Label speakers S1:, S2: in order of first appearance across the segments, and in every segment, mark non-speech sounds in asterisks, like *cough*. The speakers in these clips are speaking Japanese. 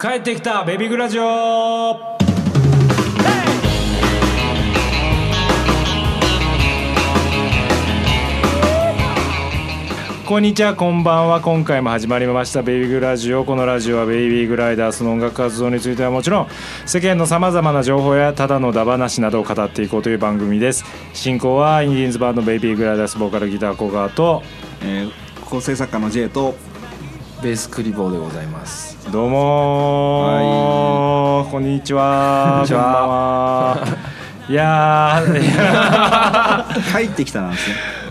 S1: 帰ってきたベビーグラジオこんにちはこんばんは今回も始まりました「ベイビーグラジオ」このラジオはベイビーグライダースの音楽活動についてはもちろん世間のさまざまな情報やただのダバなしなどを語っていこうという番組です進行はインディーンズバンドベイビーグライダースボーカルギター古川と
S2: えー、構成作家の J と
S3: ベースクリボーでございます。
S1: どうもーこんにちは。こん
S3: にちは
S1: ばんは。いやーい
S3: *laughs*
S1: や
S2: 入ってきたなんです
S1: *laughs*
S2: ね
S1: ー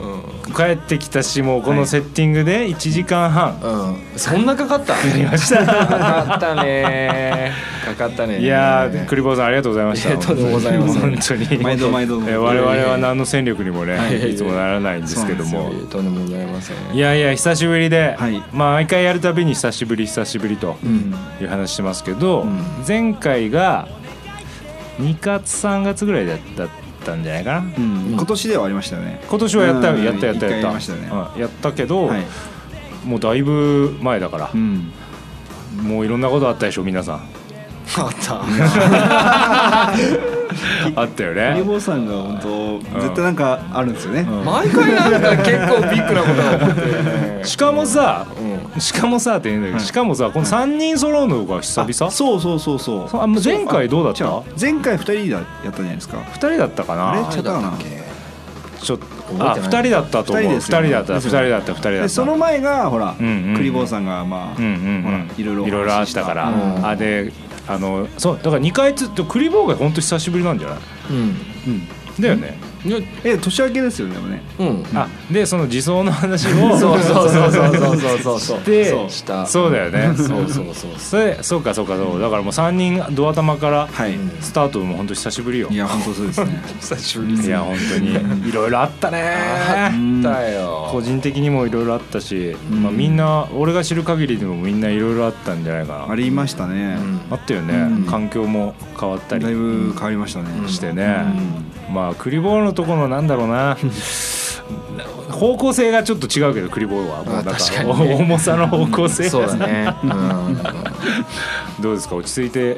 S1: 帰ってきたしもうこのセッティングで1時間半か
S3: うん、そんなかかった。
S1: かりまし
S3: か
S1: た
S3: かったね。かかったね。
S1: いやークリボーさんありがとうございました
S3: ありがとうございます
S1: 本当に
S2: 毎度毎度
S1: えー我々は何の戦力にもね
S3: いはい
S1: いつもならないんですけど
S3: も
S1: も
S3: うとんでもございません。
S1: いやいや久しぶりで、
S2: はい
S1: まあ毎回やるたびに久しぶり久しぶりと
S3: うん、
S1: いう話してますけど、前回が2月3月ぐらいだったんじゃないかな
S2: うん今年ではありましたよね
S1: 今年はやったよ
S2: うん
S1: やったやった
S2: 一
S1: やっ
S2: 回や
S1: た
S2: りましたね
S1: うんやったけど、
S2: はい
S1: もうだいぶ前だから
S2: う、ん
S1: もういろんなことあったでしょ皆さん
S3: あった。
S1: あったよ
S2: リ
S1: ね
S2: ボーさんが本当絶対なんかあるんですよね
S3: 毎回なんか結構ビッグなことが起こってるよね。
S1: しかもさ、
S3: うん。
S1: しかもさって言うんだけど、
S2: はい
S1: しかもさこの3人揃うのが久
S2: あ
S1: 々、
S2: そうそうそうそう
S1: そうあもう前回どうだった
S2: 違前回二人でやったじゃないですか
S1: 2人だったか
S2: あれ
S1: な
S2: 違ったかな
S1: ちょっと
S3: 覚え
S1: あ
S3: てない
S1: 2人だったと思う2
S2: 二人ですよ
S1: 人だった2
S2: です
S1: 人
S2: よね
S1: だった2人だっ
S2: で
S1: た
S2: その前がほら、
S1: うんうん
S2: クリボーさんがまあ、
S1: うんうん
S2: ほ
S1: う
S2: ら
S1: ん、
S2: いろいろ
S1: いろいろあったから、
S3: うん
S1: あであのそうだから2回つってクリボーが本当久しぶりなんじゃない
S3: うん。
S2: うん
S1: だよね、
S3: いや
S2: え年明けですよねでもね
S3: うん。
S1: あでその自走の
S2: *laughs*
S1: 話を
S3: そうそうそうそうそうそうそうそう。
S1: で
S3: そうした。
S1: そうだよね
S3: そうそうそう。
S1: それそうかそうかそうだからもう3人ドア玉から
S2: はい、
S1: スタートも本当久しぶりよ
S2: いや本当そうですね
S3: 久しぶり
S1: いや本当にいろいろあった
S3: あ
S1: ね
S3: ったよ。
S1: 個人的にもいろいろあったし、まあ、みんな俺が知る限りでもみんないろいろあったんじゃないか
S2: あ
S1: な
S2: りました
S3: う
S2: ね、
S3: ん
S1: あったよね、
S2: うん
S1: 環境も変わった
S2: だい
S1: り
S2: ぶ変わりましたね、
S1: してね、まあクリボーのとこのなんだろうな方向性がちょっと違うけどクリボーはもうなんか
S3: あ確かにね
S1: 重さの方向性が
S3: そうだね。うん。あ
S1: どうですか落ち着いてる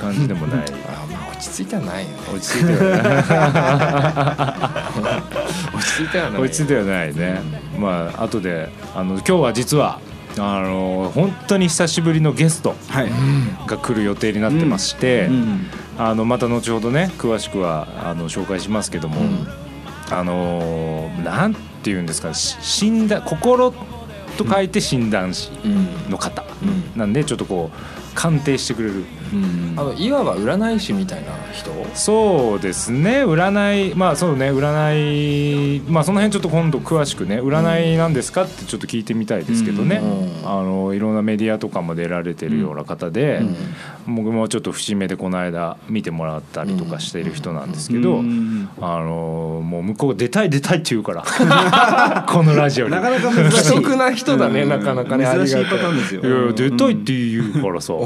S1: 感じでもない
S3: まあ落ち着いてはないよね。
S1: 落ち着いてはない
S3: 落ち着いてはな
S1: *laughs*
S3: い。
S1: 落ち着いてはないねまあ後であの今日は実はあの本当に久しぶりのゲスト
S2: はい、
S1: が来る予定になってまして、
S2: うん
S1: あのまた後ほどね詳しくはあの紹介しますけども、あのなんていうんですかし診断心と書いて診断士
S3: うん。
S1: の方、
S3: うん。
S1: なんでちょっとこう鑑定してくれる
S2: うん
S3: あのいわば占い師みたいな人
S1: そうですね占いまあそうね占いまあその辺ちょっと今度詳しくね占いなんですかってちょっと聞いてみたいですけどね、
S3: うん
S1: あのいろんなメディアとかも出られてるような方で、僕もちょっと節目でこの間見てもらったりとかしている人なんですけど、
S2: うん
S1: あのもう向こう出たい出たいって言うから *laughs* このラジオに。
S2: なかなか難しい
S3: 不足な人だね
S2: うん
S3: なかなかね
S2: 珍し
S3: あり
S2: い
S3: が
S2: パ
S3: たい
S2: ターンですよ
S1: いやいや出たいって言うからさ
S2: *laughs*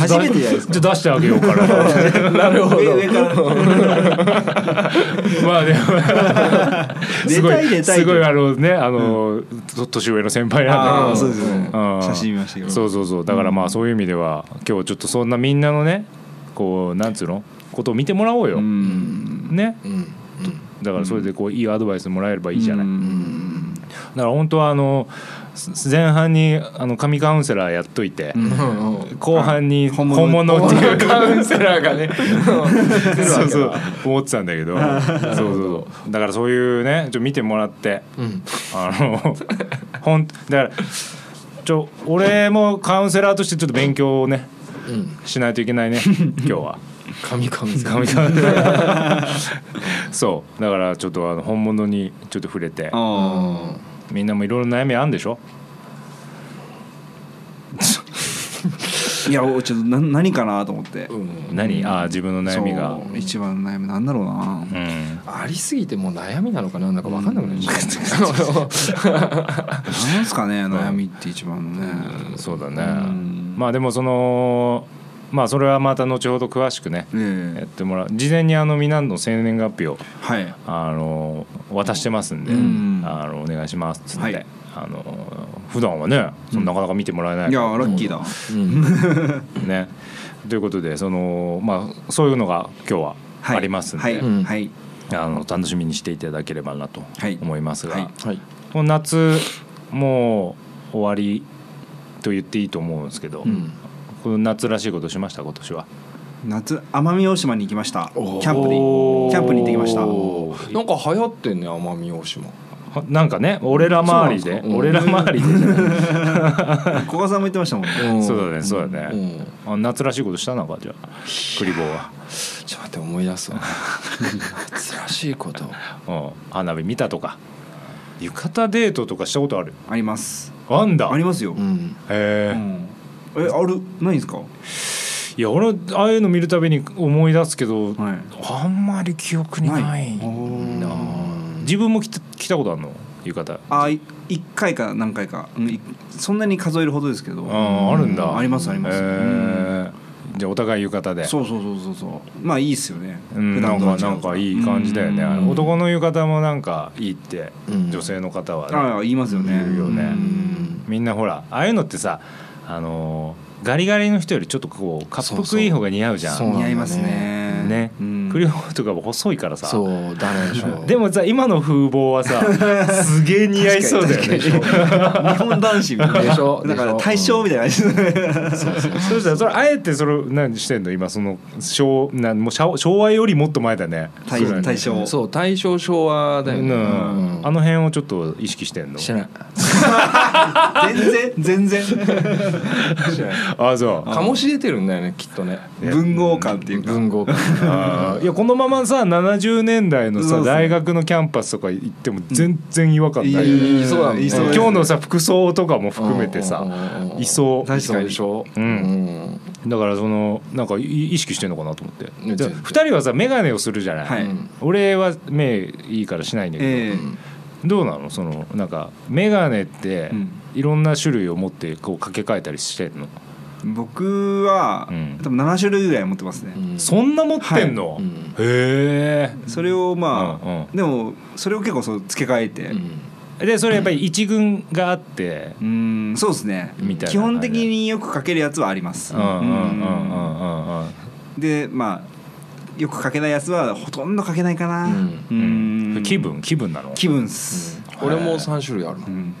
S2: 初めてじゃないですか
S1: じゃあ出してあげようか
S2: *laughs*
S1: な
S3: なるほど
S2: 上上から
S1: まあでも
S2: *laughs*
S1: すご
S2: 出たい出
S1: い
S2: たい
S1: すごいあのねあのと年上の先輩なん
S2: あ
S1: だ
S2: あ
S1: け
S2: そう
S1: ど
S2: ですよね
S1: うん
S2: 写真見ましたけど
S1: そうそうそうだからまあそういう意味では今日ちょっとそんなみんなのねこうなんつうのことを見てもらおうよ
S2: うん
S1: ね
S3: うんうん
S1: だからそれでこういいアドバイスもらえればいいじゃな
S2: う
S1: い
S2: ん
S1: だから本当はあのす前半にあの神カウンセラーやっといて、
S3: うんうん
S1: 後半に
S2: 本
S1: 本
S2: 物
S1: 物っていう
S3: カウンセラーがねうん
S1: そうそう思ってたんだ
S2: *laughs*
S1: けどそうそうそうだからそういうねちょっと見てもらって
S3: うん
S1: あのほんだからちょ俺もカウンセラーとしてちょっと勉強をね
S3: うん
S1: しないといけ
S2: *laughs*
S1: ないね今日は。 *laughs*
S3: 神カウンセラ
S1: 神
S3: ー
S1: カウンセラーそうだからちょっとあの本物にちょっと触れて
S2: あ
S1: みんなもいろいろ悩みあるんでしょ
S2: あいやおちょっとな何かなと思って
S3: うん
S1: 何あー自分の悩みが
S2: そう一番の悩みなんだろうな
S1: うん
S3: ありすぎてもう悩みなのかななんかわかんなくなっちゃった
S2: なんすかね悩みって一番のね
S1: そうだね、
S2: うん
S1: まあでもそのまあそれはまた後ほど詳しくねやっ
S2: ええ
S1: てもらう事前にあの皆の生年月日を
S2: はい
S1: あの渡してますんで、
S2: うん
S1: あのお願いしますっつって、
S2: はい
S1: あの普段はねそのなかなか見てもらえない
S2: い
S1: か
S2: や
S1: ら
S2: ラッキーだ
S3: うん
S1: ね。ということでその、まあ、そういうのが今日は
S2: はい
S1: ありますんで、
S2: はい
S3: うん
S2: はい
S1: あの楽しみにしていただければなと
S2: はい
S1: 思いますが、
S2: はい
S3: はい
S1: この夏もう終わりと言っていいと思うんですけど、
S3: うん
S1: この夏らしいことしました今年は。
S2: 夏奄美大島に行きましたキ
S3: おー
S2: ャンプにキャンプに行ってきました
S1: おー
S3: なんか流行ってんね奄美大島
S1: はなんかね俺ら周りで
S3: そうなんで
S1: 俺
S3: すか
S1: ら周りでじゃない
S2: 小川さんも言ってましたもんね
S3: ん
S1: そうだねそうだね
S3: んちょ
S1: あ夏らしいことしたのかじゃあクリボーは、
S3: っと待って思い出 *laughs* すわ夏らしいこと
S1: うん、花火見たとか浴衣デートとかしたことある
S2: あります
S1: あんだ
S2: ありますよ
S3: うん
S1: へえ、
S2: うんえあるないんですかはい
S1: や俺ああいうの見るたびに思い出すけど、
S2: い
S1: あんまり記憶にない
S2: ない
S1: なあ
S3: うん
S1: 自分も着た着たことあるの浴衣
S2: あい一回か何回かうんいそんなに数えるほどですけど
S1: ああるんだ、
S2: うありますあります
S1: へえ
S2: うん
S1: じゃあお互い浴衣で
S2: そうそうそうそうそうまあいいっすよね
S1: うん、なん
S2: とは違
S1: か
S2: う
S1: なんかいい感じだよね、
S2: うん
S1: 男の浴衣もなんかいいって、
S3: うん
S1: 女性の方はね、
S2: ああ言いますよね
S1: 言うよね
S3: うん
S1: みんなほらああいうのってさあのーガリガリの人よりちょっとこうかっこ
S3: そうそう
S1: いい方が似合うじゃん
S3: そうなんだね
S2: 似合いますね
S1: ね、
S2: うん
S1: クリオとかも細いからさ
S3: そうだねでしょ
S1: でもさ今の風貌は
S2: *laughs*
S1: さすげえ似合いそうだよね
S2: 確かに日本男子みたいな
S3: でしょ
S2: *laughs* だから大正みたいな感じ
S1: そうしたらそれあえてそれ何してんの今その昭なんもう昭昭和よりもっと前だね
S2: 大
S1: そうだね
S2: 大正
S3: そう大正昭和だよね
S1: う
S3: うん
S1: んあの辺をちょっと意識してんの
S3: してない
S2: 全然全 *laughs* 然
S1: あそう
S3: 醸し出てるんだよねきっとね
S1: ね
S2: 文豪感っていうか
S3: 文豪
S1: あーいやこのままさ70年代の
S2: そう
S1: さ
S2: そう
S1: 大学のキャンパスとか行っても全然違和感ないよね、
S3: いそうだもんね
S2: いそう
S1: 今
S2: です
S1: 日のさ服装とかも含めてさいそう
S3: 確かにでしょ
S1: うん
S3: ん
S1: だからそのなんかい意識してんのかなと思って
S3: 全然
S1: 2人はさ眼鏡をするじゃない、
S2: はい
S3: うん
S1: 俺は目いいからしないんだけど、
S2: ええ
S1: どうなのそのなんか眼鏡って
S2: うん
S1: いろんな種類を持ってこう掛け替えたりしてんの、
S2: 僕は
S1: うん
S2: 多分7種類ぐらい持ってますね
S3: うん
S1: そんな持ってんの、
S3: はいうん
S1: へ
S2: それをま
S1: うんう
S2: あでもそれを結構そう付け替えて
S3: うん
S1: えでそれやっぱり一軍があって
S2: うんそうですね
S1: みたいな
S2: 基本的によくかけるやつはあります
S1: うんうんうんうん
S2: うん
S1: うんうん
S2: でまあよくかけないやつはほとんどかけないかな
S3: うん
S2: うん
S1: 気分気分なの
S2: 気分っす
S3: 俺も3種類あるの
S2: うん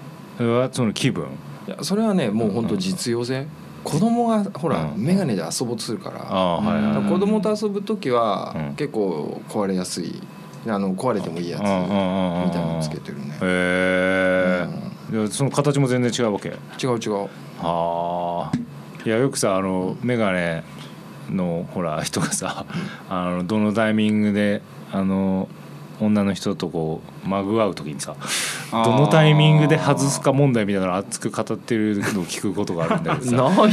S1: うわその気分
S3: いやそれはねもう本当実用性子供がほら
S1: うん
S3: 眼鏡で遊ぼうとするか
S1: あ
S3: ら
S1: あはいはい
S3: だ
S1: は
S3: か
S1: い
S3: ら子供と遊ぶ時
S1: うん
S3: は結構壊れやすいあの壊れてもいいやつ
S1: うんうんうんうん
S3: みたいなのつけてるね
S1: へえでその形も全然違うわけ
S3: 違う違う
S1: ああいやよくさあの眼鏡のほら人がさあのどのタイミングであの女の人とこうまぐわう時にさ
S2: あー
S1: どのタイミングで外すか問題みたいなのを熱く語ってるのを聞くことがあるんだけどさ
S3: ない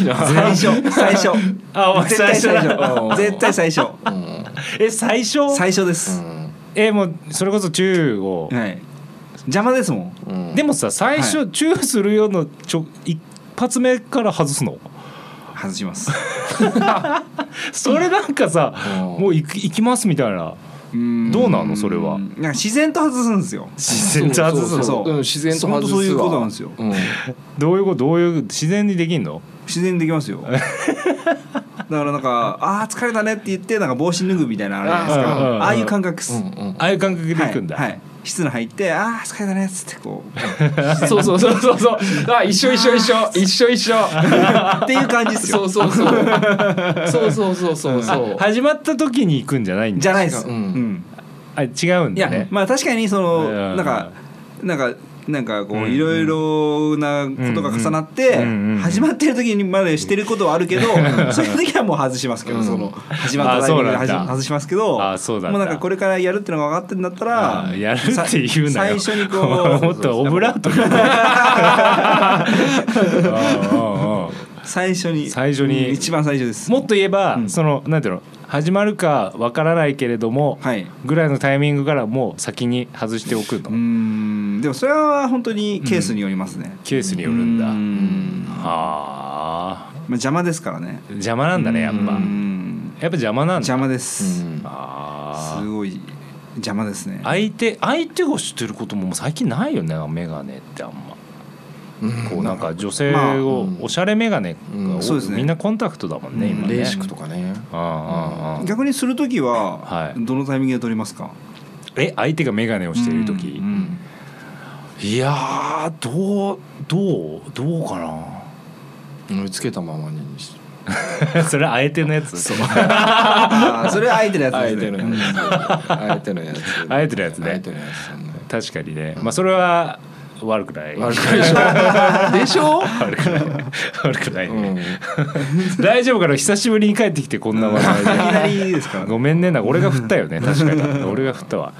S2: 最初最初
S1: あお前
S2: 絶
S1: 最
S2: 対
S1: 初
S2: 最
S3: だ
S2: 初絶対最初
S3: うん
S1: え最初
S2: 最初です、
S1: えもうそれこそ中を
S2: はい邪魔ですもん
S3: うん
S1: でもさ最初、
S2: は
S1: チューするようなちょ一発目から外すの
S2: 外
S1: *laughs*
S2: します
S1: それなんかさ、
S3: うん
S1: もう行く行きますみたいなど
S2: ど
S1: うなのそれは
S2: なんか自然と外すんですよ
S1: 自然と外す
S3: そう
S1: の
S3: そうそううん自然と外すわ
S2: そういうことなんですよ
S3: うん
S1: どういうことどういう自然にできんの
S2: 自然にでき
S1: *laughs*
S2: ますよだからなんか「あー疲れたね」って言ってなんか帽子脱ぐみたいなのあるじゃないで
S1: あ
S2: す
S1: ーうん
S2: かああいう感覚っす、
S3: うんうん
S1: ああいう感覚で
S2: はい
S1: 行くんだ、
S2: はい室内入って「あー疲れたね」っつってこう
S3: *laughs* そうそうそうそうそう。あ一緒一緒一 *laughs* 緒一緒一緒。
S2: っていう感じっ
S1: *laughs*
S2: す
S3: そ
S2: よ
S3: うそうそう。 *laughs* そうそうそうそうそう。
S1: 始まった時に行くんじゃないんだ
S2: じゃないっす、
S3: う
S2: うんん
S1: あ違うん
S2: い
S1: だ
S2: や、
S1: ね
S2: まあ確かにそ
S1: うん
S2: のなんかなんかなんかこ
S1: うんう
S2: うんいろいろなことが重なって
S1: うんうんうん
S2: 始まってる時にまでしてることはあるけど *laughs* そういう時はもう外しますけ
S3: う
S2: ど
S3: ん
S2: その始まったタイミングで
S1: あそうなんだ
S2: 外しますけど
S1: あそうなんだ
S2: もうなんかこれからやるってのが分かってんだった
S1: あ
S2: ら
S1: やるって言うなよ
S2: さ最初に
S1: *laughs* も
S2: こ
S1: っとオブラ
S2: *laughs*
S1: ート *laughs* にうんうんうん
S2: う最初に
S1: 最初に
S2: うん一番最初です
S1: もっと言えば、
S2: うん
S1: そのなんていうの始まるかわからないけれども、
S2: はい
S1: ぐらいのタイミングからもう先に外しておくの、
S2: うんでもそれは本当にケースによりますね
S1: ケースによるんだ、
S2: うん
S1: はあ
S2: 邪魔ですからね
S1: 邪魔なんだねやっぱ
S3: う
S1: やっ
S2: う
S1: ぱ
S2: ん
S1: 邪魔なんだ
S2: 邪魔で
S3: う
S2: す、
S3: ん
S1: あ
S2: す
S1: ー
S2: ごい邪魔ですね
S1: 相手相手を知ってることももう最近ないよねメガネってあんま
S3: うん
S1: こうなんか女性
S2: まあ
S1: を
S3: うん
S1: おしゃれメガネが
S3: うん
S2: そうですね
S1: みんなコンタクトだもんね
S3: うん
S1: 今ね
S3: レーシックとかね
S1: ああああ
S2: 逆にする時
S1: は
S2: はいどのタイミングで取りますか、
S1: え相手がメガネをしている時
S2: うん
S1: いやーどうどうどうか
S3: うんつけたままにし
S1: な *laughs* それ相手のやつ
S2: あーそれは相手のやつ
S3: あえ
S2: で
S3: て
S2: す
S3: の
S2: ね
S3: やつ *laughs* あえてのやつ
S1: あえてのやつね
S3: あえてのやつなんだよ
S1: 確かにねまあそれは悪くない
S3: 悪くないでしょでしょ
S1: *laughs* 悪くない悪くない、
S3: う
S1: ね
S3: ん
S1: 大丈夫かな久しぶりに帰ってきてこんな話題で
S2: い
S3: *laughs*
S2: きなりですから
S1: ごめんねなんか俺が振ったよね確かに俺が振ったわ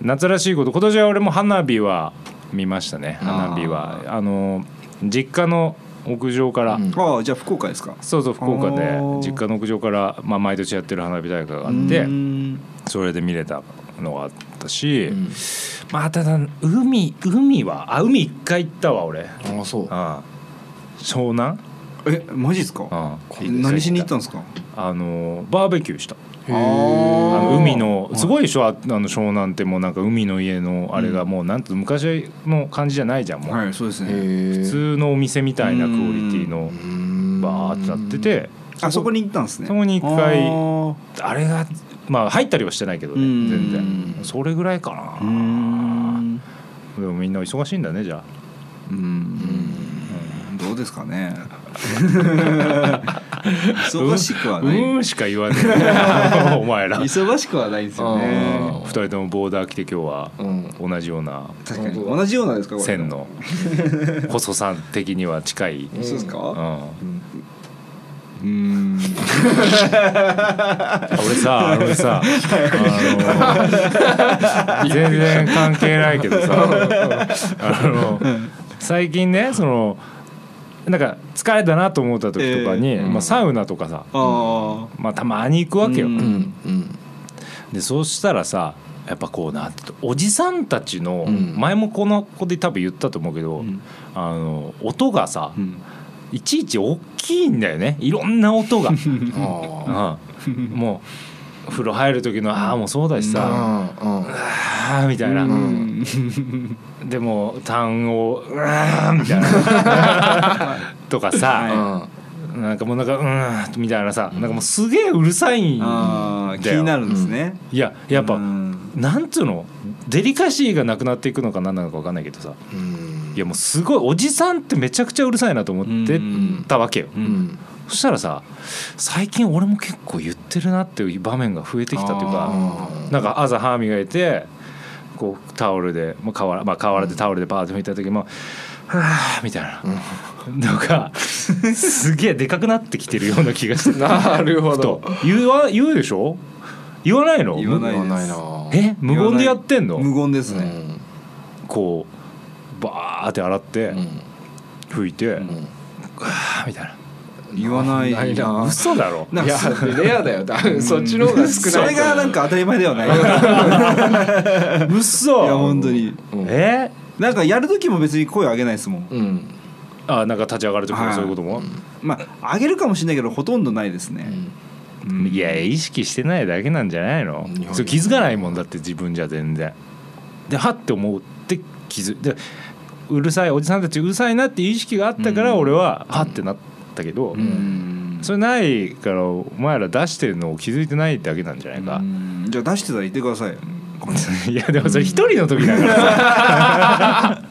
S1: 夏らしいこと今年は俺も花火は見ましたね
S3: あー
S1: 花火はあの実家の屋上から、
S3: うん
S2: ああじゃあ福岡ですか
S1: そうそう福岡
S2: あ
S1: で
S2: ー
S1: 実家の屋上から、まあ、毎年やってる花火大会があって
S2: うん
S1: それで見れたのがあったし、
S3: うん
S1: まあただ海海はあ海一回行ったわ俺
S3: ああそう
S1: ああ湘南
S2: えマジですか
S1: ああ
S2: 何しに行ったんですか
S1: あのバーベキューした
S3: へー
S1: あ
S2: あ
S1: の
S2: ー
S1: 海のすごいでしょああの湘南ってもうなんか海の家のあれがもうなんて昔の感じじゃないじゃんもう、
S2: はいそうですね
S3: 普
S1: 普通のお店みたいなクオリティのバーってなってて
S2: あそこに行ったんですね
S1: そこに一回
S2: あー
S1: あれがまあ入ったりはしてないけどね
S2: うん
S1: 全然それぐらいか
S2: う
S1: な
S2: ーん
S1: でもみんな忙しいんだねじゃ
S2: うんどうですかね
S1: あ
S2: 忙しくはない、
S1: うんうんしか言わね
S2: *laughs*
S1: えお前ら二
S2: 忙しくはないんですよね
S3: あ
S1: 人ともボーダー着て今日は
S3: うん
S1: 同じような
S2: 確かに同じようなんですかこれ
S1: 線の細さん的には近い、
S2: そうですか、
S1: うん
S3: うん
S2: うん
S1: 俺さ
S2: *laughs*
S1: 俺さあ
S2: *laughs*
S1: の全然関係ないけどさあの最近ねそのなんか疲れたなと思った時とかに、
S2: ええ
S1: まあ、サウナとかさ、
S2: あ
S1: まあ、たまに行くわけよ。
S2: うん
S3: うんうん
S1: でそうしたらさやっぱこうなんていうのおじさんたちの、
S3: うん
S1: 前もこの子で多分言ったと思うけど、
S2: あ、う
S1: あ
S2: ん
S1: の音がさ、いちいち大きいんだよねいろんな音が。
S3: あ
S1: うん、もう風呂入る時のああもうそうだしさ、
S3: あうんうん
S1: あーみたいな、
S3: う
S2: うんん
S1: でも単語うーんみたいなとかさ、
S3: あ
S1: なんかもうなんかうーんみたいなさ、なんかもうすげえうるさいん
S2: あー気
S1: だよ
S2: になるんですね、
S1: いややっぱ、
S2: うん
S1: なんつうのデリカシーがなくなっていくのか何なのか分かんないけどさ
S3: うん
S1: いやもうすごいおじさんってめちゃくちゃうるさいなと思って
S2: うん
S1: たわけよ、
S3: うん
S1: そしたらさ最近俺も結構言ってるなっていう場面が増えてきたというか
S3: あー
S1: なんか朝歯磨いてこうタオルで、まあ、河原まあ河原でタオルでバーッと拭いた時も「はあ」みたいなのがすげえでかくなってきてるような気がして
S3: *laughs* なるほ
S1: ふと
S3: ど
S1: 言わ言うでしょ言わないの
S2: 言わない
S3: 言わないな
S1: え無言でやってん
S2: 無
S1: の
S2: 言です
S3: う
S2: ね、
S3: ん
S1: こうバーって洗って
S3: うん
S1: 拭いて「
S3: うん
S1: はあ」みたいな
S2: 言わない
S3: ないな
S1: 嘘だろ
S2: なん
S3: い
S2: か
S3: やレアだよだ *laughs* そっちの方が少
S2: そ
S3: ない
S2: れがなんか当たり前ではないい
S1: 嘘
S2: や本当に
S3: うん
S1: え
S2: なんかやる時も別に声上げないですもん、
S3: うん
S1: あなんか立ち上がる時もそういうことも、
S2: まあ上げるかもしれないけどほとんどないです
S3: う
S2: ね、
S3: ん
S2: うん
S1: いや意識してないだけなんじゃないの
S3: いや
S1: それ気づかないもんだって自分じゃ全然ではって思うって気づでうるさいおじさんたちうるさいなっていう意識があったから
S2: うん
S1: 俺ははってなったけど、
S2: うん
S1: それないからお前ら出してるのを気づいてないだけなんじゃないか、
S2: うんじゃあ出してたら言ってください
S1: *laughs* いやでもそれ一人の時だから
S2: *laughs*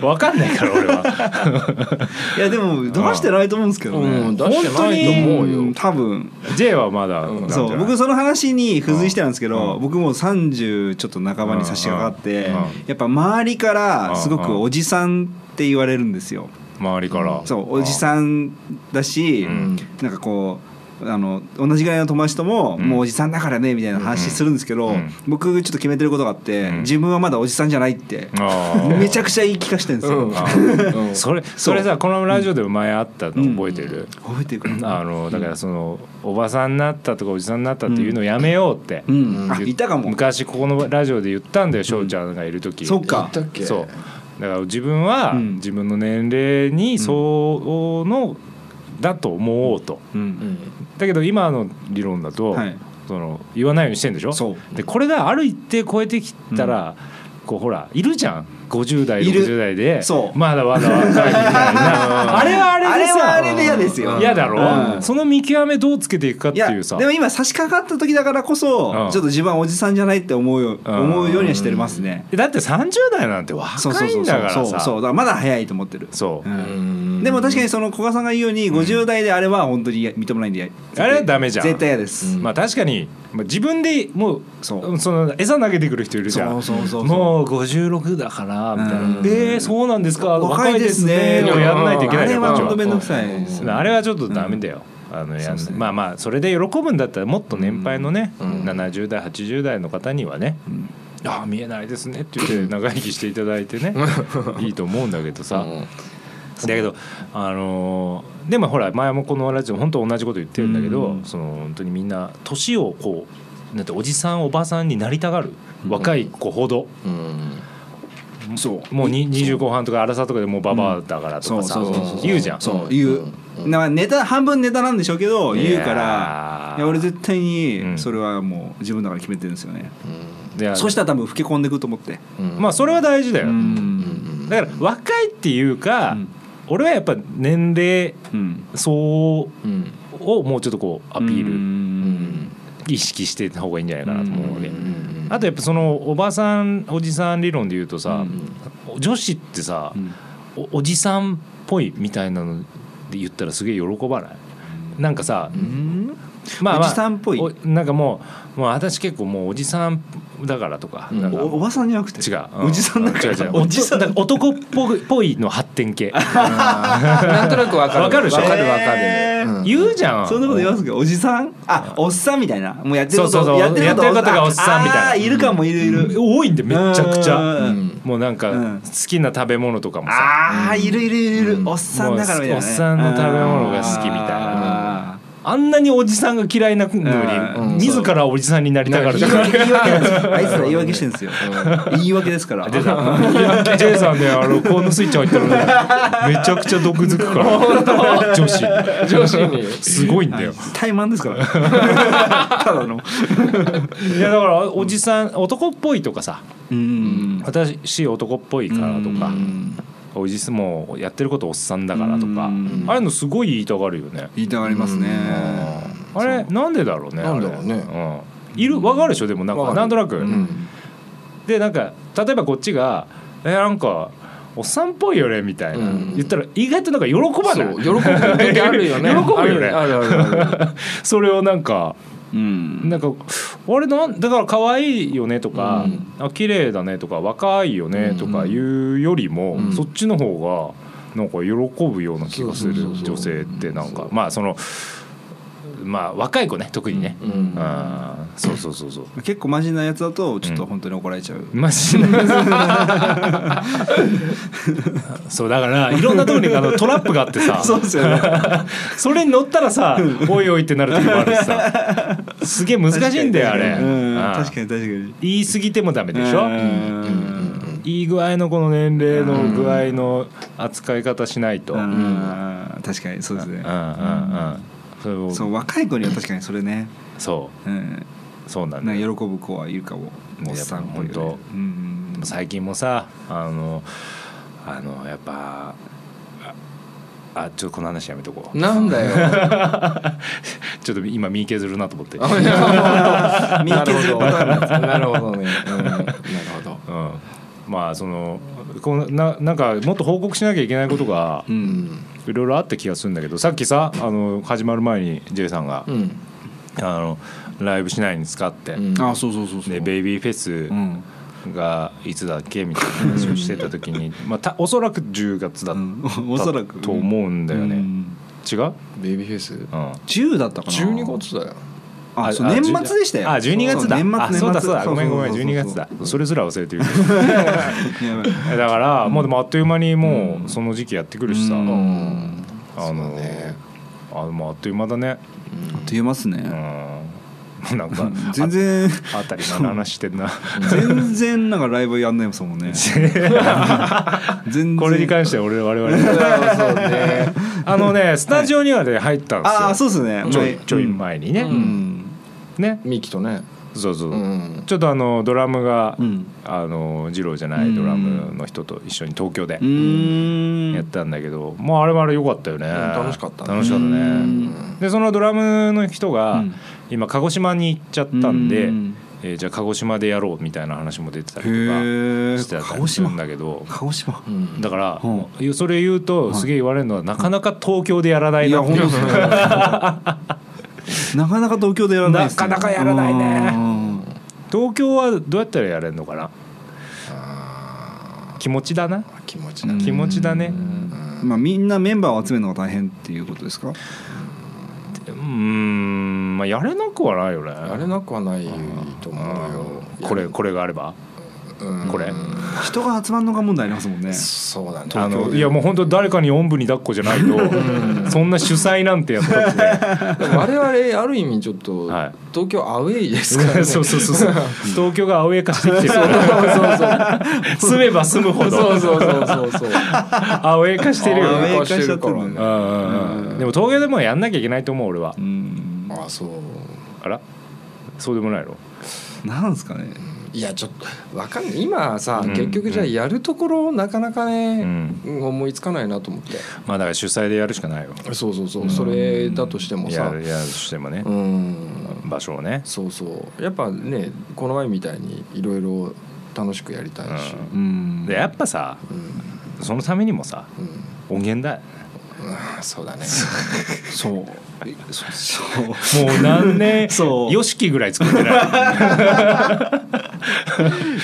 S1: さわかんないから俺はい
S2: やでも出してないと思うんですけどね、
S3: うん出してないと思うよ
S2: 多分
S1: J はまだなんじゃない
S2: そう僕その話に付随してたんですけ
S1: う
S2: ど
S1: ん
S2: 僕もう30ちょっと半ばに差し掛かって
S1: うんうん
S2: やっぱ周りからすご
S1: うん
S2: くおじさんって言われるんですよ
S1: 周りから
S2: そうおじさんだし
S1: うん
S2: なんかこうあの同じぐらいの友達とも、
S1: うん
S2: もうおじさんだからねみたいな話するんですけど、
S1: うん
S2: 僕ちょっと決めてることがあって、
S1: うん
S2: 自分はまだおじさんじゃないって、
S1: あー
S2: めちゃくちゃ言い聞かしてるんですよ、
S3: うん
S1: あ
S3: う
S1: ー
S3: ん
S1: それそれさこのラジオでも前あったの
S2: うん
S1: 覚えてる、
S2: 覚えてるかな
S1: あのだからそのおばさんになったとかおじさんになったっていうのをやめようって、
S2: うん、
S3: うん
S2: あいたかも
S1: 昔ここのラジオで言ったんだよ翔ちゃんがいる時、
S2: そっか
S3: 言ったっけ
S1: そうだから自分は
S2: うん
S1: 自分の年齢に相応のだと思おうと
S2: うん
S1: だけど今の理論だと、
S2: はい
S1: その言わないようにしてんでしょ
S2: そう
S1: でこれがある一定超えてきたら、こうほらいるじゃん50代
S2: いる
S1: 60代で
S2: そう
S1: まだまだ若いみ
S2: *laughs*
S1: たいな *laughs* あれはあれ
S2: あ
S1: で
S2: れは
S1: さ
S2: あれで嫌ですよ
S1: 嫌だろ、
S2: うん
S1: その見極めどうつけていくかって
S2: いや
S1: いうさ
S2: でも今差し掛かった時だからこそ、
S1: うん
S2: ちょっと自分はおじさんじゃないって思うよ、
S1: うん
S2: 思うようにはしてますね、
S1: だって30代なんて若いんだから
S2: そうそうそう
S1: さ
S2: そうだからまだ早いと思ってる、
S1: そううん
S3: ん
S2: でも確かにその古賀さんが言うように50代であれは本当に認めないんで
S1: あれはダメじゃん
S2: 絶対嫌です、
S3: うん
S1: まあ確かにまあ自分でもう
S2: そ
S1: そうの餌投げてくる人いるじゃん
S2: そうそうそうそう
S1: もう56だからみたいな
S2: うん
S1: 「えー、そうなんですか
S2: 若
S1: 若
S2: い
S1: い
S2: で
S1: ですす
S2: ね
S1: ね」とかやらないといけない
S2: あ
S1: じ
S2: れ
S1: ゃん
S2: は
S1: こっち
S2: 本当面
S1: は
S2: 倒くさいです
S1: うんあれはちょっとダメだよ、あのやん
S2: そうですね
S1: まあまあそれで喜ぶんだったらもっと年配のね、
S3: うん
S1: 70代80代の方にはね「
S2: ん
S1: ああ見えないですね」って言って長生きしていただいて
S2: *laughs*
S1: ねいいと思うんだけどさ、
S3: うん
S1: だけどあのーでもほら前もこのラジオ本当同じこと言ってるんだけど、
S2: うん
S1: その本当にみんな年をこうなんておじさんおばさんになりたがる若い子ほど、
S3: うん
S2: そう
S1: もうに20後半とか荒さとかでもうババアだからと
S2: そ
S1: か
S2: う
S1: さ、
S2: そうそうそう
S1: 言うじゃん。
S2: そう言う、なんかネタ半分ネタなんでしょうけど言うか
S1: い
S2: ら
S1: やー
S2: いや俺絶対
S1: う
S2: に
S1: ん
S2: それはもう自分だから決めてるんですよね、
S1: で
S2: そしたら多分老け込んでくと思って、
S3: うん
S1: まあそれは大事だよ、
S3: うん
S1: だから若いっていうか、
S2: うん
S1: 俺はやっぱ年齢
S2: うん
S1: 層を
S3: うん
S1: もうちょっとこうアピール、
S2: うん
S1: 意識してた方がいいんじゃないかなと思うわけ、
S2: うん
S3: うん
S1: あとやっぱそのおばさんおじさん理論で言うとさ、女子ってさ、
S2: うん
S1: おおじさんっぽいみたいなので言ったらすげえ喜ばないなんかさ、
S2: うん
S1: まあまあ
S2: おじさんっぽい
S1: おなんかもうもう私結構もうおじさんだからとか,、
S3: うん
S1: なんか
S2: おおばさんじゃなくて
S1: 違う、
S2: おじさんだから
S1: 違う違うおじさんだから男っぽいぽいの発展系
S3: なんとなくわかる
S1: わかるでしょ
S3: わかるわかる
S2: えー
S3: うん
S1: 言うじゃん
S2: そんなこと言いますかおじさんあおっさんみたいなもうやってること
S1: そうそうそうやってることがおっさんみたいな
S2: あーいるかもいるいる
S1: 多いんでめちゃくちゃ
S2: うん
S3: うん
S1: もうなんか
S2: うん
S1: 好きな食べ物とかもさ
S2: あーいるいるいるいる
S3: うん
S2: おっさんだからみたいなね
S1: もうおっさんの食べ物が好きみたいな
S2: あ
S1: あんなにおじさんが嫌いなの
S2: うん
S1: に自らおじさんになりたがる
S2: ー言い
S1: から
S2: 訳言い訳なんですよあいつら言い訳してるんですよ言い訳ですから
S1: 出 *laughs* た J さんねあのコーンのスイッチ入ってるのめちゃくちゃ毒づくから女子
S3: 上司に
S1: すごいんだよ
S2: 怠慢ですから
S1: *laughs*
S2: ただの
S1: いやだからおじさん男っぽいとかさ
S2: うん
S1: 私男っぽいからとかおじさんもうやってることおっさんだからとか
S2: うん
S1: ああいうのすごい言いたがるよね
S2: 言いたがりますね
S1: あれなんでだろうね
S3: なんだろうね
S1: あれうんいるわかるでしょでもなん
S3: わ
S1: か
S3: かる
S1: なんとなく、
S3: うん
S1: でなんか例えばこっちが「えなんかおっさんっぽいよね」みたいな、
S3: うん
S1: 言ったら意外となんか喜ばな
S3: そう喜
S1: い
S3: ぶ時あるよね
S1: 喜ぶよね
S3: あるあるあるある
S1: *laughs* それをなんか
S2: うん
S1: なんか「俺なんだから可愛いよね」とか
S3: うん
S1: 「あ綺麗だね」とか「若いよね」とかいうよりも、
S3: うん
S1: そっちの方がなんか喜ぶような気がする
S3: そうそうそうそう
S1: 女性ってなんか
S3: そう
S1: まあそのまあ若い子ね特にね、
S3: うんうん
S1: あーそうそうそうそう
S2: 結構マジなやつだとちょっと本当に怒られちゃう
S1: マジ
S3: *laughs*
S1: でそうだからいろんなところにあのトラップがあって
S3: *laughs*
S1: さ
S2: そうですよね
S1: それに乗ったらさ「おいおい」ってなる時もあるし
S3: *laughs*
S1: さすげえ難しいんだよあれ
S2: うん
S1: ああ
S2: 確かに確かに
S1: 言い過ぎてもダメでしょ
S2: うん
S1: いい具合のこの年齢の具合の扱い方しないと
S2: う
S1: うんうん
S2: ん確かにそうですね
S1: うんそれを
S2: そう若い子には確かにそれね
S1: そ
S2: うん
S1: うそうなんだ
S2: なん
S1: よ
S2: か喜ぶ子はいるかも
S1: ね
S2: おっさんっぽい
S1: やっぱ
S2: よ
S1: 本
S2: ねうん
S1: でも最近もさあのあのやっぱああちょっとこの話やめとこう
S3: なんだよ。
S1: *laughs* ちょっと今身削るなと思って。
S3: あいや
S2: 見受けずるパターンだ
S3: なるほどね。うんなるほど。
S1: うん、まあそのこのななんかもっと報告しなきゃいけないことが
S3: うん。
S1: いろいろあった気がするんだけどさっきさあの始まる前に J さんが
S3: うん。
S1: 「あのライブしないんですか?」って、
S3: うん
S2: あそうそうそうそう
S1: で「ベイビーフェス
S2: うん
S1: がいつだっけ?」みたいな話をしてた時に、まあ、たおそらく10月だっ
S2: うんおそらく
S1: たと思うんだよね。
S2: うん
S1: 違う、
S3: ベイビーフェス。
S1: うん
S2: 10だったかな
S3: 十二月だよ。
S2: あそう
S1: あ
S2: 年末でしたよ
S1: あ12月だ
S2: そう年末
S1: あそうだそうだ
S2: 年末
S1: ごめんごめん
S2: そうそうそう
S1: 12月だそれすら忘
S2: *laughs*
S1: れてる
S2: やばい
S1: えだからもうでもあっという間にもうその時期やってくるしさ、
S2: うん
S3: うん。
S1: あの
S3: そうだね
S1: あのもうあっという間だね、
S2: あっと言えます
S1: う
S2: ね
S1: ん、なんか
S2: 全然
S1: ああたり前の話してんな
S2: 全然なんかライブやんないもん
S1: *laughs*
S2: もんね全然
S1: これに関しては俺我々
S3: そうね。
S1: *laughs* あのねスタジオにはね入ったんですよ、
S2: ああそうですね
S1: ちょい
S2: はい
S1: ちょい前にね、
S3: うん
S1: ね
S3: ミキとね
S1: そうそう、
S3: うん
S1: ちょっとあのドラムが、
S2: うん
S1: あの二郎じゃないドラムの人と一緒に東京で
S2: うーん
S1: やったんだけど、まああれはあれ良かったよね、
S3: 楽しかったね
S1: 楽しかったねでそのドラムの人が、
S2: うん
S1: 今鹿児島に行っちゃったんで、
S2: うん
S1: えーじゃあ鹿児島でやろうみたいな話も出てたりと
S2: へ
S1: か
S2: え
S1: して
S2: 鹿
S1: た
S2: 児
S1: りするん
S2: 島
S1: だけど
S2: 鹿児島
S3: うん
S1: だから、
S2: う
S1: それ言うとすげえ言われるのは、なかなか東京でやらない
S2: い
S1: な
S2: や
S1: って
S2: 本当ですね *laughs* なかなか東京でやらないですね
S1: なかなかやらないね
S2: うん
S1: 東京はどうやったらやれるのかな
S3: あ
S1: 気持ちだな
S3: ー気持ちだ
S1: 気
S3: ね
S1: 持ちだね
S2: まあみんなメンバーを集めるのが大変っていうことですか
S1: うーんまあやれなくはないよね
S3: やれなくはないと思う
S1: うん
S3: よ
S1: これこれがあれば
S3: うん
S1: これ
S2: 人が集まるのが問題ありますもんね
S3: そうだね
S1: あ
S3: 東京
S1: の
S3: で
S1: いやもう本当誰かにおんぶに抱っこじゃないとそんな主催なんてやったってね
S3: 我々ある意味ちょっと
S1: はい
S3: 東京アウェイですからね
S1: *laughs* そうそうそうそう東京がアウェー化してきてるよね住めば住むほ
S3: そう
S1: ど
S3: そうそうそうそう
S1: アウェー化してるよ
S2: アウ
S1: ね
S2: ェー化しちゃってる
S3: アウェ
S1: う
S3: ー化しち
S1: んう
S3: ゃっ
S1: んうんでも東京でもやんなきゃいけないと思う俺は
S2: うん
S3: てるねあそう
S1: あらそうでもないの
S2: なんですかね
S3: いやちょっとわかんない今さ
S1: うん
S3: 結局じゃあやるところなかなか
S1: う
S3: ね
S1: ん
S3: 思いつかないなと思って
S1: まあだから主催でやるしかないよ
S3: そうそうそうそれだとしても
S1: や
S3: さ
S1: るやるとしてもね
S3: うん
S1: 場所をね
S3: そうそうやっぱねこの前みたいにいろいろ楽しくやりたいし
S2: うん
S1: でやっぱさ
S3: うん
S1: そのためにもさ
S3: うん
S1: 音源だよね
S3: うんそうだね
S2: そうえそそう
S1: もう何 *laughs* 年
S2: そう
S1: よしきぐらい作ってない、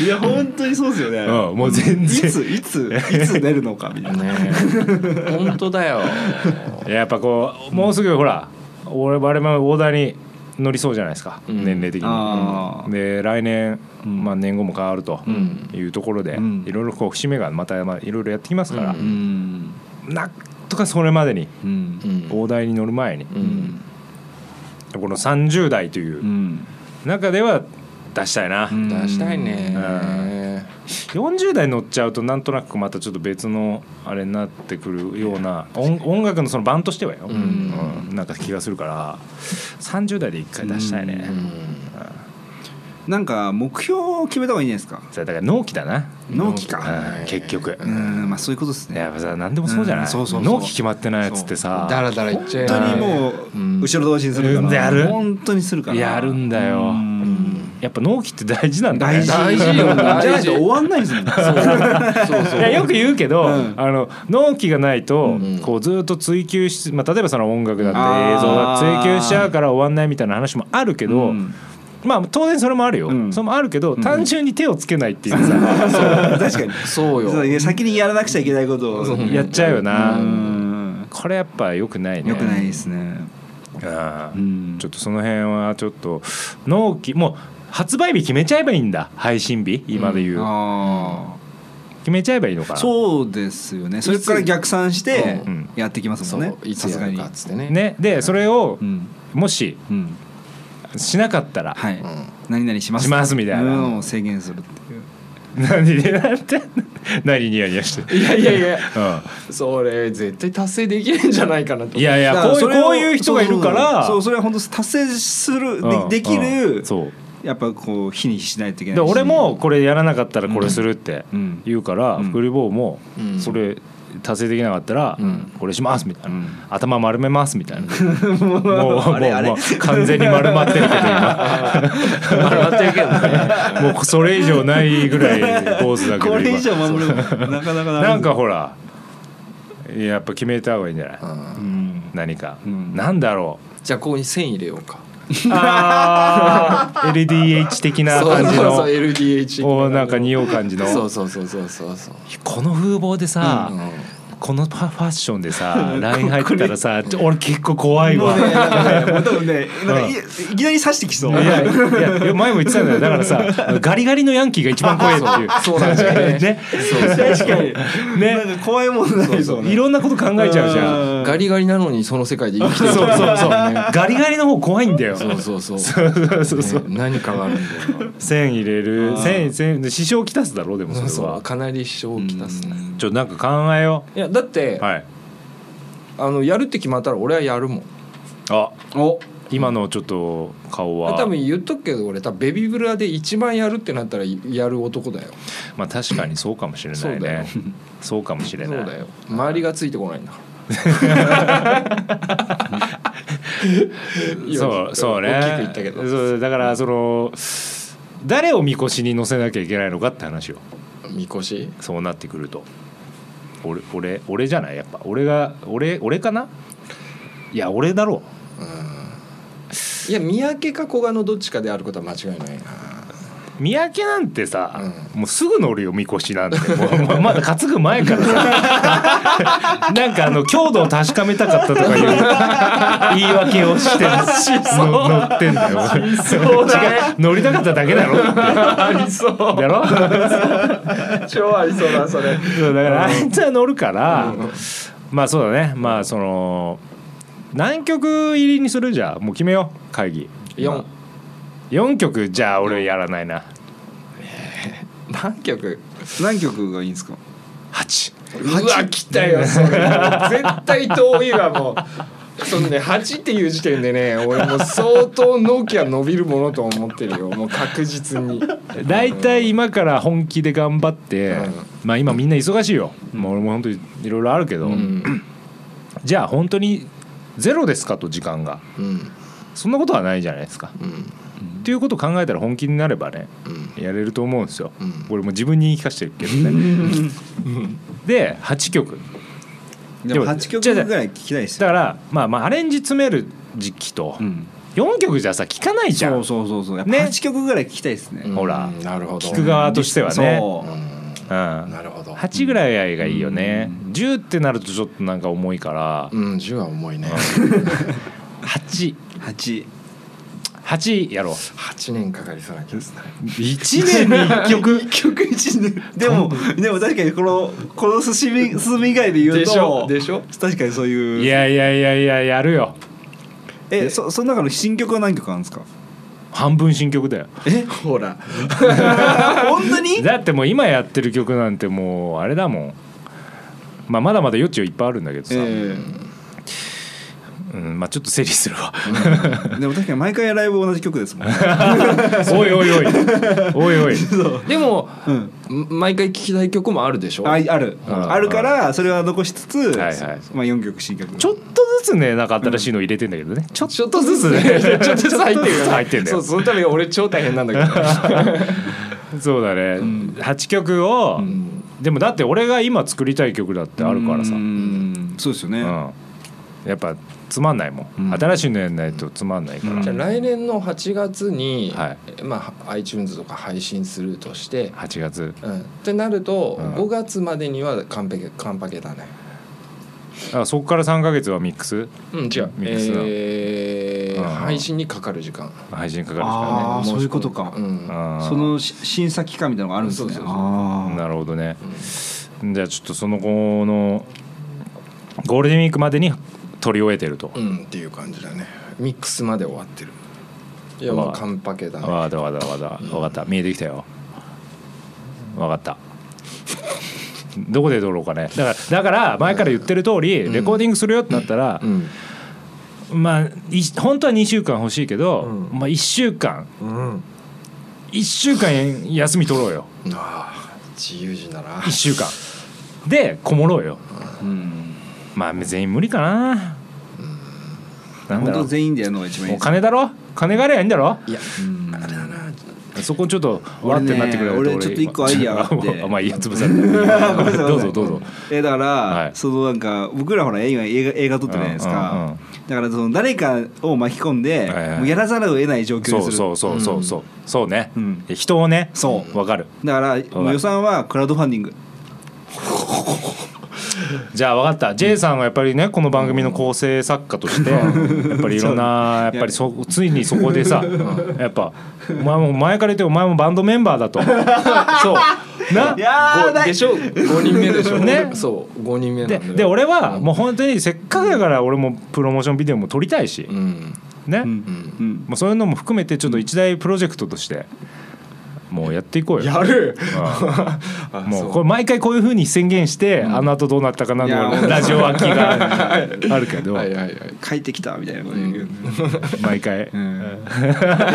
S2: いや本当にそうですよね、
S1: *laughs* うん、もう全
S2: い
S1: *laughs* 然
S2: ついついつ出るのかみたいな
S3: ねえ本当だよ
S1: やっぱこうもうすぐほら俺我々オーダーに乗りそうじゃないですか、
S3: *laughs* うん
S1: 年齢的
S2: あ
S1: に
S2: ー
S1: で来年、
S2: うん
S1: まあ、年後も変わると
S3: うん
S1: いうところで、
S2: うん
S1: いろいろこう節目がまたまあいろいろやってきますから
S3: う、
S2: ん
S1: なんとかそれまでに
S2: うん
S3: うん
S1: 大台に乗る前に、
S3: うん
S1: この30代といううん中では出したいな、
S2: うん
S3: 出したいね
S1: 40代に乗っちゃうとなんとなくまたちょっと別のあれになってくるような音音楽のその版としてはよ、
S3: う
S1: うんんなんか気がするから30代で一回出したいね、
S2: う
S3: うん
S2: なんか目標を決めた方がいいんじゃないですか
S1: それだから納期だな、
S2: 納期か
S1: うん結局、
S2: うんまあそういうことですね
S1: やっぱさ何でもそうじゃない、
S2: うんそうそうそう
S1: 納期決まってないやつってさ
S3: だらだらいっちゃえ
S2: 本当にも
S3: うん
S2: う後ろ倒しにするか
S1: うん
S2: ら
S1: やる
S2: 本当にするから
S1: やるんだよ
S2: うん
S1: やっぱ納期って大事なんだね
S2: 大事
S3: 大事よ
S2: じゃ
S3: 大事
S2: ないと終わんないですもん
S3: そうそ
S1: いうやよく言うけど、
S2: うん
S1: あの納期がないと、
S3: うん
S1: こうずっと追求し、まあ、例えばその音楽だって
S2: あー
S1: 映像だって追求しちゃうから終わんないみたいな話もあるけど、
S2: うん
S1: まあ当然それもあるよ、
S2: うん
S1: それもあるけど、
S2: ん
S1: 単純に手をつけないっていうさ、
S2: そう確かに
S3: そうよ
S2: そういや先にやらなくちゃいけないことを
S1: やっちゃうよな、
S2: うん
S1: これやっぱ良くないね
S2: よくないですね
S1: ああ
S2: うん
S1: ちょっとその辺はちょっと納期もう発売日決めちゃえばいいんだ配信日今で言う、
S2: あ
S1: 決めちゃえばいいのか
S2: あ
S1: な
S2: そうですよねそれから逆算して
S1: うん
S2: やってきます
S3: そ
S2: もんね
S3: ういつ
S2: さす
S3: や
S2: が
S3: る
S2: に
S3: かっつってね
S1: ねでそれを
S2: うん
S1: もし
S2: うん
S1: しなかったら、
S2: は
S3: う
S2: い
S3: ん
S2: 何々します
S1: しますみたいな
S2: うん制限するっていう
S1: *laughs* 何でなんて *laughs* 何ニヤニヤして、
S3: いやいやいや
S1: う
S3: それ絶対達成できるんじゃないかなと
S1: ん、いやい
S2: だ
S1: や
S2: から
S1: こういう
S2: それを
S1: こういう人がいるから
S2: そうそうそうそれは本当達成する
S1: うん
S2: ででき
S1: う
S2: る
S1: んそう
S2: やっぱこう日にしないといけない
S1: で
S2: し
S1: 俺もこれやらなかったらこれするって
S2: うん
S1: 言うから、
S2: うん
S1: フリボーも
S3: うん
S1: それ達成できなかったら
S3: うん
S1: これしますみたいな、
S2: うん
S1: 頭丸めますみたいな
S2: *laughs*
S1: もうもうもう
S2: あれあれ
S1: 完全に丸まってるけど今
S2: *laughs*
S3: 笑ってるけどね
S1: *laughs* もうそれ以上ないぐらい坊主だけ
S2: こ
S1: ど
S2: れ
S1: 今
S2: 以上守るのなかなかな
S1: なんかほらやっぱ決めた方がいいんじゃない、
S2: うん
S1: 何か、
S2: うん
S1: なんだろ
S3: じゃあここに線入れようか
S1: うあー LDH 的な
S3: そう
S1: 感じ
S3: そうそう
S1: の
S3: LDH
S1: をなんか匂う感じの
S3: そうそうそうそうそうそう
S1: この風貌でさ、
S3: うんうん
S1: このパファッションで
S3: *laughs*
S1: さ LINE 入ったらさちょ俺結構怖い
S2: も
S1: わ
S2: うねなんかねもう多分ねなんかいいきなり刺してき
S1: い
S2: そう
S1: やいやいや前も言ってたんだよだからさガリガリのヤンキーが一番怖いっていう
S3: そうなんですよね
S1: ね
S2: 確かに
S1: ね
S2: なんか怖いもんないそう
S1: いろんなこと考えちゃうじゃん
S3: ガリガリなのにその世界で生きて
S1: そう
S3: る
S1: そうそう
S3: ね
S1: ガリガリの方怖いんだよ
S3: そうそうそう
S1: そうそうそう
S3: ね何かがあるんだよ
S1: 線入れる
S2: あー
S1: 線線で支障をきたすだろうでも
S3: な
S1: それ
S3: そうそ
S1: は
S3: うかなり支障をきたすね
S1: ちょっとなんか考えよ
S3: いやだって
S1: うはい
S3: あのやるって決まったら俺はやるもん
S1: あ
S2: お
S1: 今のちょっと顔は
S3: 多分言っとくけど俺多分ベビブラで一番やるってなったらやる男だよ
S1: まあ確かにそうかもしれな
S3: そう
S1: い
S3: だよ
S1: ねそうかもしれ
S3: そ
S1: な
S3: う
S1: い
S3: だよ周りがついてこないんだからいや
S1: *laughs* そうそうね
S3: 大きく言ったけど
S1: そうだからその誰をみこしに乗せなきゃいけないのかって話を
S3: みこし
S1: そうなってくると俺俺俺じゃないやっぱ俺が俺俺かないや俺だろ
S3: いや三宅か古賀のどっちかであることは間違いないな
S1: う三宅なんてさ、もうすぐ乗るよみこしなんてもうもうまだ担ぐ前からさ *laughs* なんかあの強度を確かめたかったと
S3: *laughs*
S1: かいう言い訳をしての乗ってんだよ
S3: そうだ
S1: 違う乗りたかっただけだろだ
S3: あり
S1: *laughs*
S3: そう
S1: ろ
S3: 超ありそうだそれ
S1: そうだからあいつは乗るから、まあそうだねまあその何曲入りにするじゃあもう決めよう会議
S3: 4
S1: 4曲じゃあ俺やらないな
S3: 何曲
S2: 何曲がいいんですか
S1: 8
S3: うわ来たよそれ絶対遠いわもうそのね8っていう時点でね俺もう相当納期は伸びるものと思ってるよもう確実に
S1: 大体今から本気で頑張って、
S3: うん
S1: まあ今みんな忙しいよ、もう俺も本当にいろいろあるけど、
S3: うん
S1: じゃあ本当にゼロですかと時間が
S3: うん
S1: そんなことはないじゃないですか、
S3: うん
S1: っていうことを考えたら本気になればね
S3: うん
S1: やれると思うんですよ、
S3: うん
S1: 俺も自分に言い聞かせてるけどねで8曲
S2: でも
S1: でも
S2: 8曲ぐらい聞きたいです
S1: だ
S2: よ、
S1: からまあまあアレンジ詰める時期と、
S2: うん、
S1: 4曲じゃさ聞かないじゃん
S2: そうそうそうそうやっぱ
S1: ね
S2: 8曲ぐらい聞きたいですね
S1: ほら
S3: うんなるほど
S1: 聞く側としてはね、
S2: そう
S1: う
S3: うん
S1: ん、
S3: なるほど
S1: 8ぐらいがいいよね、10ってなるとちょっとなんか重いから
S3: うん10は重いね
S1: 88
S2: 8
S1: やろう
S3: 8年かかりそうな気がする
S1: 1年に1曲
S2: 曲1年でもでも確かにこのこの進み進み以外で言うと
S3: でしょでしょ
S2: 確かにそういう
S1: いやいやいやいややるよ
S2: えそその中の新曲は何曲あるんですか
S1: 半分新曲だよ
S2: え
S3: ほら
S2: *laughs* 本当に
S1: だってもう今やってる曲なんてもうあれだもんまあまだまだ余地はいっぱいあるんだけどさ、
S2: え
S1: うんまあちょっと整理する
S2: *laughs*
S1: わ
S2: えでも確かに毎回ライブ同じ曲で
S1: *laughs*
S2: すもんね
S1: おいおいおいおいおい
S3: でも
S2: うん
S3: 毎回聞きたい曲もあるでしょ
S2: あある
S1: うん
S2: あるからそれは残しつつ、
S1: はいはい
S2: まあ、4曲新曲
S1: ちょっとずつねなんか新しいの入れてんだけどね、ちょ
S3: ちょっとずつねちょっとずつ入ってるよね
S1: 入ってんだよ
S3: そうそのために俺超大変なんだけど
S1: そうだね、八8曲を、
S3: *laughs* ん
S1: でもだって俺が今作りたい曲だってあるからさ、
S2: う
S1: うん
S2: んそうですよね、
S1: やっぱつまんないもん、
S2: うん
S1: 新しいのやんないとつまんないから、
S2: うん
S3: じゃあ来年の8月に、
S1: はい
S3: まあ、iTunes とか配信するとして、
S1: 8月
S3: うん、ってなると、
S1: うん
S3: 5月までには完璧完パケだね
S1: あそこから3か月はミックス
S3: うん違う、
S1: ミックスだ
S3: え
S1: うん
S3: ー、配信にかかる時間
S1: 配信かかる
S2: あ
S1: か
S2: ーそういうことか
S3: うん
S1: らねうん
S2: そのし審査期間みたいなのがあるんですね
S3: そうそうそう
S2: あ
S1: なるほどね、じゃあちょっとその後のゴールデンウィークまでに撮り終えてると、
S3: うんっていう感じだねミックスまで終わってるいやもう
S1: わあ
S3: 完パケだね
S1: わかったわかったわかったわかった見えてきたよわかったどこで撮ろうかねだからだから前から言ってる通りレコーディングするよってなったら
S3: う、ん
S1: まあい本当は2週間欲しいけど、
S3: うん
S1: まあ1週間
S3: うん
S1: 1週間休み取ろうよ
S3: あー自由人だな
S1: 1週間でこもろうよ
S2: あ、うん、
S1: まあ全員無理かな、なんだ
S2: 本
S1: ろ
S2: 当
S1: う
S2: 全員でやるのが一番いい
S1: お
S2: ですね
S1: 金だろ金がありゃ *laughs* いいんだろ
S3: いや
S2: うん
S3: あれだな
S1: そこちょっとわってなってくれないと
S2: 俺ね俺ちょっと一個アイデアがあって
S1: 今 *laughs* まあいいや潰さ
S2: あ *laughs* ごめ
S1: れ
S2: んなさ
S1: た
S2: い
S1: どうぞどうぞ
S2: えだから、
S1: はい
S2: そのなんか僕らほら今映画映画撮ってるじゃないですか、
S1: うんうんうん
S2: だからその誰かを巻き込んで、
S1: はいはい
S2: もうやらざるを得ない状況に
S1: そ
S2: す
S1: う
S2: る
S1: そうそうそうそうそうね、
S2: うん
S1: 人をね
S2: そう
S1: わかる
S2: だからもう予算はクラウドファンディング
S1: じゃあ分かった J さんはやっぱりねこの番組の構成作家としてやっぱりいろんなやっぱりそついにそこでさやっぱお前も前から言ってお前もバンドメンバーだ
S2: *laughs*
S1: とそうな
S2: や
S3: ごでしょ5人目でしょ
S1: ね
S3: そう5人目なんだ
S1: で
S3: よ
S1: で俺はもう本当にせっかくだから俺もプロモーションビデオも撮りたいし
S3: うん
S1: ね、
S2: うん
S3: うん
S2: うん
S1: もうそういうのも含めてちょっと一大プロジェクトとしてもうやっていこうよ
S3: やる
S1: うんもうこれ毎回こういうふうに宣言して、あの後どうなったかなの *laughs* ラジオ空きがあるけど
S3: はいはいはい
S2: 書いてきたみたいなこと言うけどね、
S1: 毎回、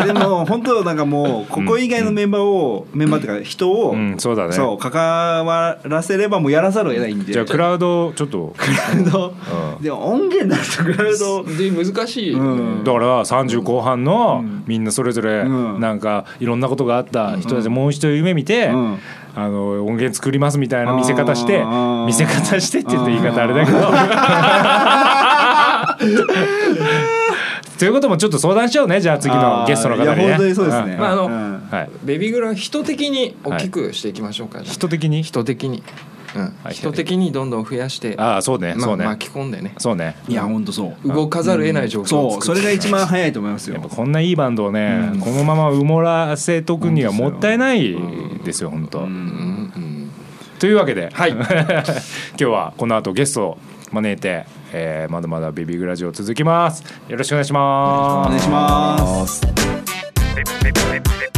S2: でも本当なんかもうここ以外のメンバーを、メンバーっていうか人を、
S1: うんそうだね
S2: そう関わらせればもうやらざるを得ないんで
S1: じゃあクラウドちょっと
S2: クラウド、でも音源だとクラウド、
S3: で難しいよね、
S2: うん
S1: だから30後半のみんなそれぞれ
S2: うん
S1: なんかいろんなことがあった人たちもう一度夢見て
S2: うん
S1: あの音源作りますみたいな見せ方して
S2: あー
S1: 見せ方してって言った言い方あれだけど。
S2: *laughs*
S1: ということもちょっと相談しようねじゃあ次のゲストの方にね。
S2: いや本当にそうですね、
S1: ん
S3: まああの
S2: うん
S1: はい、
S3: ベビーグラウン人的に大きくしていきましょうか、じゃあ
S1: 人的に
S3: 人的に、うん
S1: はい
S3: 人的にどんどん増やして
S1: ああそうね
S3: ま
S1: そうね、
S3: 巻き込んでね
S1: そうね
S2: いや本当そう
S3: 動かざるを得ない状況
S2: そ
S3: を
S2: うそれが一番早いと思います
S1: やっ
S2: よ
S1: ぱこんないいバンドをね、このまま埋もらせとくにはもったいないですよ本当、
S3: うんうん
S1: というわけで、
S3: はい
S1: *laughs* 今日はこの後ゲストを招いて、えーまだまだビビグラジオ続きますよろしくお願いします
S2: お願いします
S4: 「ビビビビビビ